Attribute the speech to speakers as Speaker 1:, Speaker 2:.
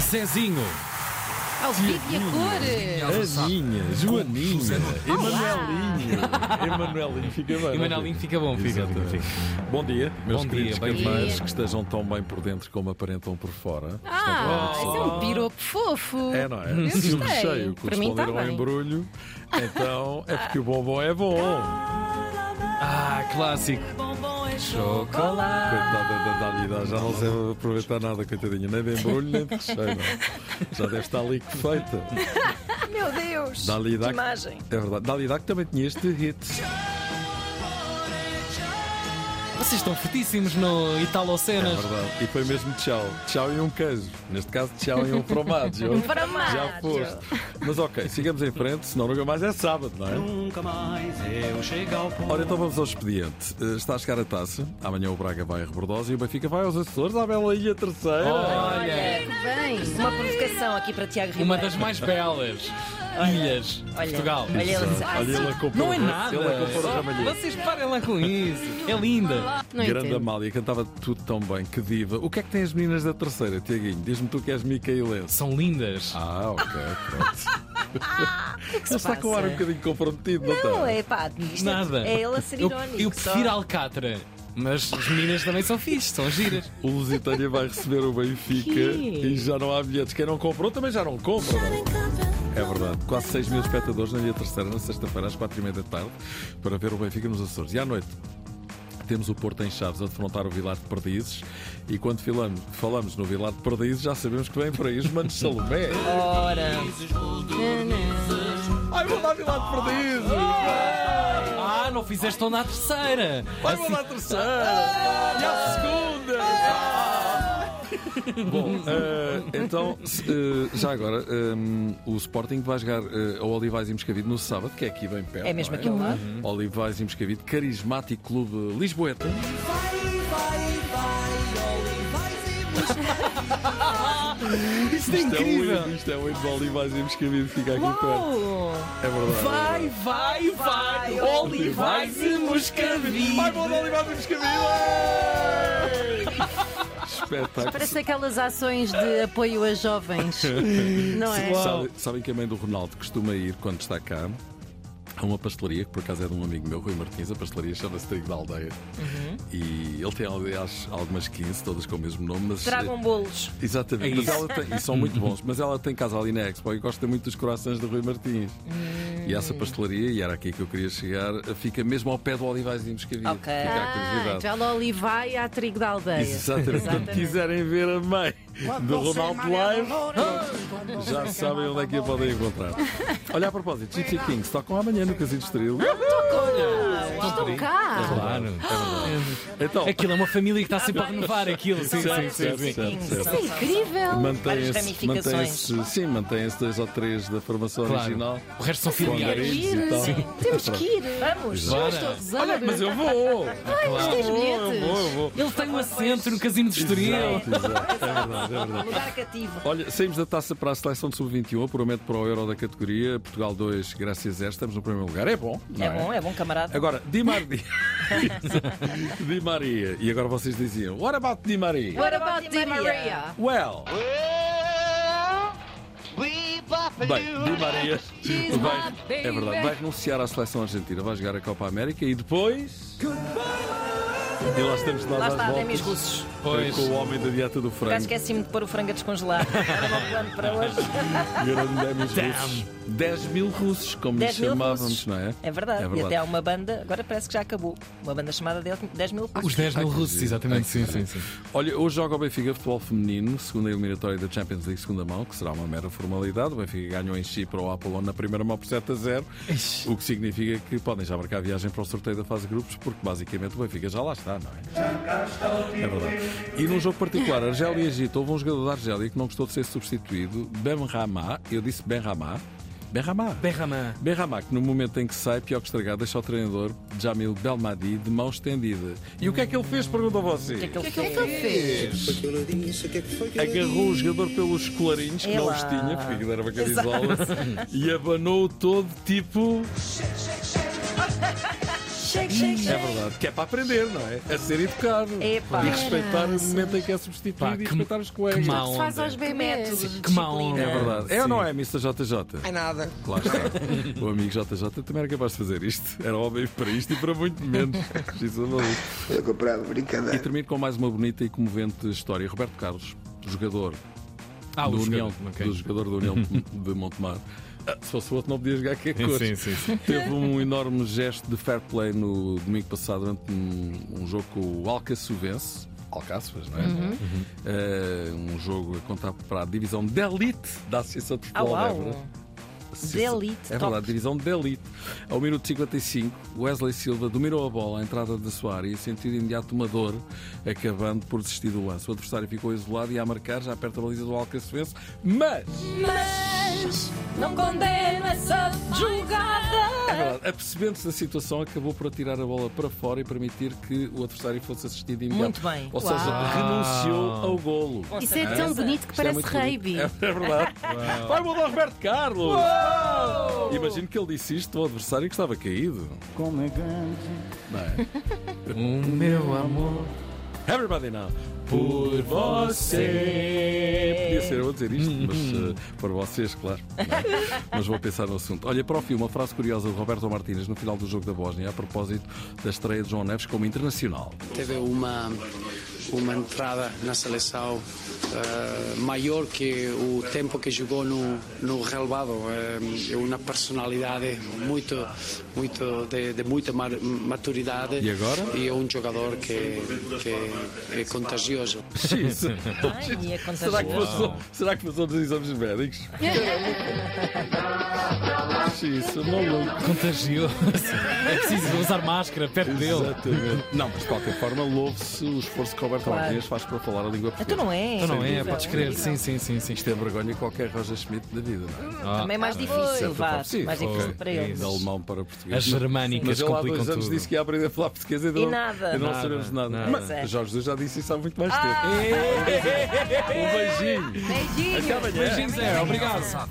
Speaker 1: Zezinho.
Speaker 2: Ao vivo e a cor.
Speaker 3: Aninha, Joaninha, Emanuelinho. Emanuelinho, fica bem. é?
Speaker 1: E Manolinho tá fica bom, fica.
Speaker 3: Exatamente. Bom dia, meus
Speaker 1: Bom
Speaker 3: queridos
Speaker 1: dia, bem
Speaker 3: campeões
Speaker 2: dia.
Speaker 3: que estejam tão bem por dentro como aparentam por fora.
Speaker 2: Ah, isso é um piropo fofo.
Speaker 3: É, não é? Se o
Speaker 2: gostei.
Speaker 3: recheio
Speaker 2: Para mim
Speaker 3: corresponder
Speaker 2: tá
Speaker 3: ao
Speaker 2: bem.
Speaker 3: embrulho, então é porque o bombom é bom.
Speaker 1: Ah, clássico. Chocolate.
Speaker 3: Coitada da Dalida, já não deve aproveitar nada, coitadinha, nem de embrulho, nem de recheio. não. é? Já deve estar ali que feita.
Speaker 4: Meu Deus!
Speaker 3: Dalida,
Speaker 4: Que imagem!
Speaker 3: é verdade. Dalida que também tinha este hit.
Speaker 1: Vocês estão fortíssimos no
Speaker 3: É
Speaker 1: Italocenas.
Speaker 3: verdade. E foi mesmo tchau. Tchau e um queijo. Neste caso, tchau e um fromaggio.
Speaker 4: Fromaggio.
Speaker 3: Já foste. Mas ok, sigamos em frente, senão nunca mais é sábado, não é?
Speaker 5: Nunca mais eu chego ao ponto.
Speaker 3: Ora, então vamos ao expediente. Eh, Está a chegar a taça. Amanhã o Braga vai a Rebordosa e o Benfica vai aos Açores, à Bela Ilha Terceira.
Speaker 1: Olha,
Speaker 2: Bem,
Speaker 4: Uma provocação aqui para Tiago Ribeiro.
Speaker 1: uma das mais belas ilhas de
Speaker 4: Olha,
Speaker 1: Portugal.
Speaker 4: Olha ele
Speaker 3: Exato.
Speaker 4: a
Speaker 3: Olha, ele a compor-
Speaker 1: Oh, Não é nada.
Speaker 3: Ele a compor o ramalhete.
Speaker 1: Vocês parem lá com isso. É linda.
Speaker 2: não
Speaker 3: Grande
Speaker 2: entendo.
Speaker 3: Amália, cantava tudo tão bem, que diva. O que é que têm as meninas da terceira, Tiaguinho? Diz-me tu que és micaelense.
Speaker 1: São lindas.
Speaker 3: Ah, ok, pronto.
Speaker 4: que
Speaker 3: Ele
Speaker 4: se
Speaker 3: está com o ar um
Speaker 4: passa?
Speaker 3: bocadinho comprometido, não,
Speaker 4: Não,
Speaker 3: está?
Speaker 4: é pá, isto é-
Speaker 1: Nada.
Speaker 4: É ele a ser
Speaker 1: eu,
Speaker 4: irónico.
Speaker 1: eu
Speaker 4: só.
Speaker 1: prefiro Alcatra, mas as meninas também são fixes, são giras.
Speaker 3: O Lusitânia vai receber o Benfica
Speaker 2: Quê?
Speaker 3: e já não há bilhetes. Quem não comprou também já não compra. não é? É verdade. Quase 6 mil espectadores na dia terceira, na sexta-feira, às 4 e meia da tarde, para ver o Benfica nos Açores. E à noite. Temos o Porto em Chaves a defrontar o Vilar de Perdizes e quando filamos- falamos no Vilar de Perdizes já sabemos que vem para aí os Manos Salomé.
Speaker 4: Ora,
Speaker 3: Ai, vou lá Vilar de Perdizes!
Speaker 1: Ah, não fizeste onda à terceira. Assim
Speaker 3: Vai mandar a terceira! E a segunda! Ah! Bom, eh, então, se, eh, já agora, eh, o Sporting vai jogar eh, ao Olivais e Moscavide no sábado, que é aqui bem perto.
Speaker 4: é mesmo
Speaker 3: não
Speaker 4: aqui ao lado.
Speaker 3: Olivais e Moscavide, carismático clube Lisboeta.
Speaker 1: Isto é
Speaker 3: Isto é um hino, isto é um hino do Olivais e Moscavide, fica aqui perto.
Speaker 4: Oh,
Speaker 3: É verdade.
Speaker 1: Vai, vai, vai, Olivais e Moscavide.
Speaker 3: Vai, bom, Olivais e Moscavide! Espetáculo.
Speaker 2: Parece aquelas ações de apoio a jovens. Não é?
Speaker 3: Sabe- sabem que a mãe do Ronaldo costuma ir quando está cá a uma pastelaria, que por acaso é de um amigo meu, Rui Martins. A pastelaria chama-se Trigo da Aldeia.
Speaker 2: Uhum.
Speaker 3: E ele tem, aliás, algumas 15, todas com o mesmo nome. Mas,
Speaker 2: um-
Speaker 4: Tragam bolos.
Speaker 3: Exatamente.
Speaker 1: É
Speaker 3: mas
Speaker 1: isso. Uhum.
Speaker 3: ela tem- e são muito bons. Mas ela tem casa ali na Expo e gosta muito dos corações do Rui Martins.
Speaker 2: Hum.
Speaker 3: E essa pastelaria, e era aqui que eu queria chegar, fica mesmo ao pé do Olivais de Moscavide.
Speaker 4: Ok.
Speaker 3: Fica a
Speaker 2: Ah,
Speaker 3: curiosidade.
Speaker 2: já lá olivai à trigo da aldeia.
Speaker 3: Exatamente. Quando quiserem ver a mãe do Ronaldo Live, já sabem onde é que a podem encontrar. Olha, a propósito, Gypsy Kings tocam amanhã no Casino Estoril.
Speaker 2: Estão cá.
Speaker 1: Claro.
Speaker 3: Então,
Speaker 1: Aquilo é uma família que está sempre a renovar aquilo. Sim, sim,
Speaker 3: certo,
Speaker 1: sim.
Speaker 3: certo,
Speaker 1: sim.
Speaker 3: certo,
Speaker 2: Isso
Speaker 3: certo.
Speaker 2: é incrível.
Speaker 4: Várias
Speaker 3: Mantém-se,
Speaker 4: ramificações.
Speaker 3: mantém-se, sim, mantém-se dois ou três da formação
Speaker 1: Claro.
Speaker 3: original.
Speaker 1: O resto são
Speaker 3: Com
Speaker 1: filiais.
Speaker 3: andarilhos e tal.
Speaker 2: Temos que ir. Vamos.
Speaker 1: Bora.
Speaker 2: Estou a gozar.
Speaker 3: Olha, mas é um eu vou!
Speaker 2: Mas tens bilhetes.
Speaker 1: Ele tem um assento no casino de Estoril.
Speaker 3: Exato, exato. É verdade, é verdade.
Speaker 4: Lugar cativo.
Speaker 3: Olha, saímos da taça para a seleção de sub-21, apuramento um, para o Euro da categoria. Portugal 2, graças a 0, estamos no primeiro lugar. É bom, não
Speaker 4: É bom, é bom, camarada.
Speaker 3: Agora, Di Maria. Di Maria. E agora vocês diziam, what about Di Maria?
Speaker 2: What about Di Maria?
Speaker 3: Well. Bem, Di Maria vai, é verdade, vai renunciar à seleção argentina, vai jogar a Copa América e depois. E lá estamos lá
Speaker 4: Lá
Speaker 3: às
Speaker 4: está,
Speaker 3: voltas
Speaker 4: demos russos.
Speaker 1: Pois.
Speaker 3: com o homem da dieta do
Speaker 4: Já
Speaker 3: frango.
Speaker 4: esqueci-me de pôr o frango a descongelar. Era o meu plano para hoje.
Speaker 3: Grande Demis russos. 10 mil russos, como
Speaker 4: 10 mil
Speaker 3: chamávamos,
Speaker 4: russos.
Speaker 3: não é?
Speaker 4: É verdade.
Speaker 3: É
Speaker 4: E
Speaker 3: verdade.
Speaker 4: até há uma banda, agora parece que já acabou. Uma banda chamada 10 mil
Speaker 1: Os 10 mil russos, exatamente. Sim, sim, sim.
Speaker 3: Olha, hoje joga o Benfica futebol feminino, segunda eliminatória da Champions League, segunda mão, que será uma mera formalidade. O Benfica ganhou em Chipre ao Apollon na primeira mão por 7 a 0,
Speaker 1: Ixi.
Speaker 3: o que significa que podem já marcar a viagem para o sorteio da fase de grupos, porque basicamente o Benfica já lá está, não é? É verdade. E num jogo particular, Argélia e Egito, houve um jogador da Argélia que não gostou de ser substituído, Ben Rama, eu disse Ben Rama, Ben Rama.
Speaker 1: Berraman.
Speaker 3: Benrahma, que no momento em que sai, pior que estragado, deixa o treinador Jamil Belmadi de mão estendida. E o que é que ele fez? Pergunta a você. O que é
Speaker 4: que ele fez?
Speaker 3: Agarrou o jogador pelos colarinhos que não
Speaker 4: Ela.
Speaker 3: os tinha, porque aquilo era uma camisola, e abanou todo tipo.
Speaker 4: Shake, shake,
Speaker 3: É
Speaker 4: shake.
Speaker 3: verdade, que é para aprender, não é? A ser educado.
Speaker 4: Epá.
Speaker 3: E respeitar o momento em que é substituído
Speaker 1: Pá,
Speaker 3: e
Speaker 1: que-
Speaker 3: respeitar os
Speaker 1: Que
Speaker 3: colegas.
Speaker 1: má
Speaker 2: Se faz
Speaker 1: onda.
Speaker 2: aos bebês.
Speaker 4: método de
Speaker 1: Que má
Speaker 4: disciplina.
Speaker 1: onda.
Speaker 3: É verdade. É ou não é, Mr. JJ?
Speaker 6: É nada.
Speaker 3: Lá está. é. O amigo JJ também era capaz de fazer isto. Era homem para isto e para muito menos. Isso é maluco.
Speaker 7: Eu comprava
Speaker 3: E
Speaker 7: brincadeira.
Speaker 3: termino com mais uma bonita e comovente história. Roberto Carlos, jogador
Speaker 1: Ah,
Speaker 3: do
Speaker 1: o
Speaker 3: União,
Speaker 1: jogador, ok.
Speaker 3: do jogador do União de Montemar. Ah, Se fosse o outro, não podia jogar que é cor.
Speaker 1: Sim, sim, sim.
Speaker 3: Teve um enorme gesto de fair play no domingo passado durante um, um jogo com o Alcaçuvense. Alcaçuvas, não é?
Speaker 4: Uhum.
Speaker 3: Eh, um jogo a contar para a divisão de elite da Associação de
Speaker 4: Ah,
Speaker 3: Futebol de
Speaker 4: uau.
Speaker 3: Évora.
Speaker 4: De elite,
Speaker 3: É
Speaker 4: top.
Speaker 3: verdade, divisão de elite. Ao minuto 55, Wesley Silva dominou a bola à entrada da sua área e sentiu de imediato uma dor, acabando por desistir do lance. O adversário ficou isolado e a marcar já perto da baliza do Alcaçuense, mas
Speaker 8: Mas não condeno essa jogada.
Speaker 3: é verdade, apercebendo-se da situação, acabou por atirar a bola para fora e permitir que o adversário fosse assistido de imediato.
Speaker 4: Muito bem.
Speaker 3: Ou seja,
Speaker 1: Uau.
Speaker 3: renunciou ao golo. Isto
Speaker 2: Isso é tão bonito que
Speaker 3: é
Speaker 2: parece
Speaker 3: muito bonito.
Speaker 2: rugby.
Speaker 3: É, é verdade. Vai mudar o Roberto Carlos! Imagino que ele disse isto ao adversário que estava caído.
Speaker 5: Como é grande.
Speaker 3: Não é?
Speaker 1: O meu amor.
Speaker 3: Everybody now. Por você. Podia ser eu a dizer isto, mas eh, por vocês, claro. Não. é? mas vou pensar no assunto. Olha, para o filme, uma frase curiosa de Roberto Martínez no final do jogo da Bósnia, a propósito da estreia de João Neves como internacional.
Speaker 9: teve uma uma entrada na seleção eh, maior que o tempo que jogou no no relevado é uma personalidade muito muito de, de muita mar- maturidade
Speaker 3: E agora?
Speaker 9: e é um jogador que que é contagioso
Speaker 3: Isso.
Speaker 4: Ai, é
Speaker 3: Será que,
Speaker 4: contagioso.
Speaker 3: passou, será que passou dos exames médicos? Isso, maluco.
Speaker 1: Contagiou. É preciso usar máscara perto dele.
Speaker 3: Exatamente. Não, mas de qualquer forma, louve-se o esforço que Roberto
Speaker 4: Claro.
Speaker 3: Martínez faz para falar a língua portuguesa.
Speaker 4: Então não é.
Speaker 1: Então não é, podes crer. Sim, sim, sim, sim.
Speaker 3: Isto é vergonha que qualquer Roger Schmidt da vida, não é?
Speaker 4: Também é mais difícil, vá.
Speaker 3: Sim,
Speaker 4: Mais
Speaker 3: foi.
Speaker 4: difícil para
Speaker 1: É
Speaker 4: ele.
Speaker 3: De
Speaker 1: isso.
Speaker 3: alemão para português.
Speaker 1: As
Speaker 3: Mas
Speaker 1: germânicas
Speaker 3: ele há
Speaker 1: complicam
Speaker 3: dois anos
Speaker 1: tudo.
Speaker 3: disse que ia aprender a falar português e, não,
Speaker 4: nada.
Speaker 3: e não
Speaker 1: Nada,
Speaker 3: sabemos nada.
Speaker 1: nada.
Speaker 3: Mas
Speaker 4: É.
Speaker 3: Jorge Jesus já disse isso há muito mais tempo. Um beijinho.
Speaker 2: Beijinhos.
Speaker 3: Até amanhã.
Speaker 1: Beijinhos, é. Obrigado.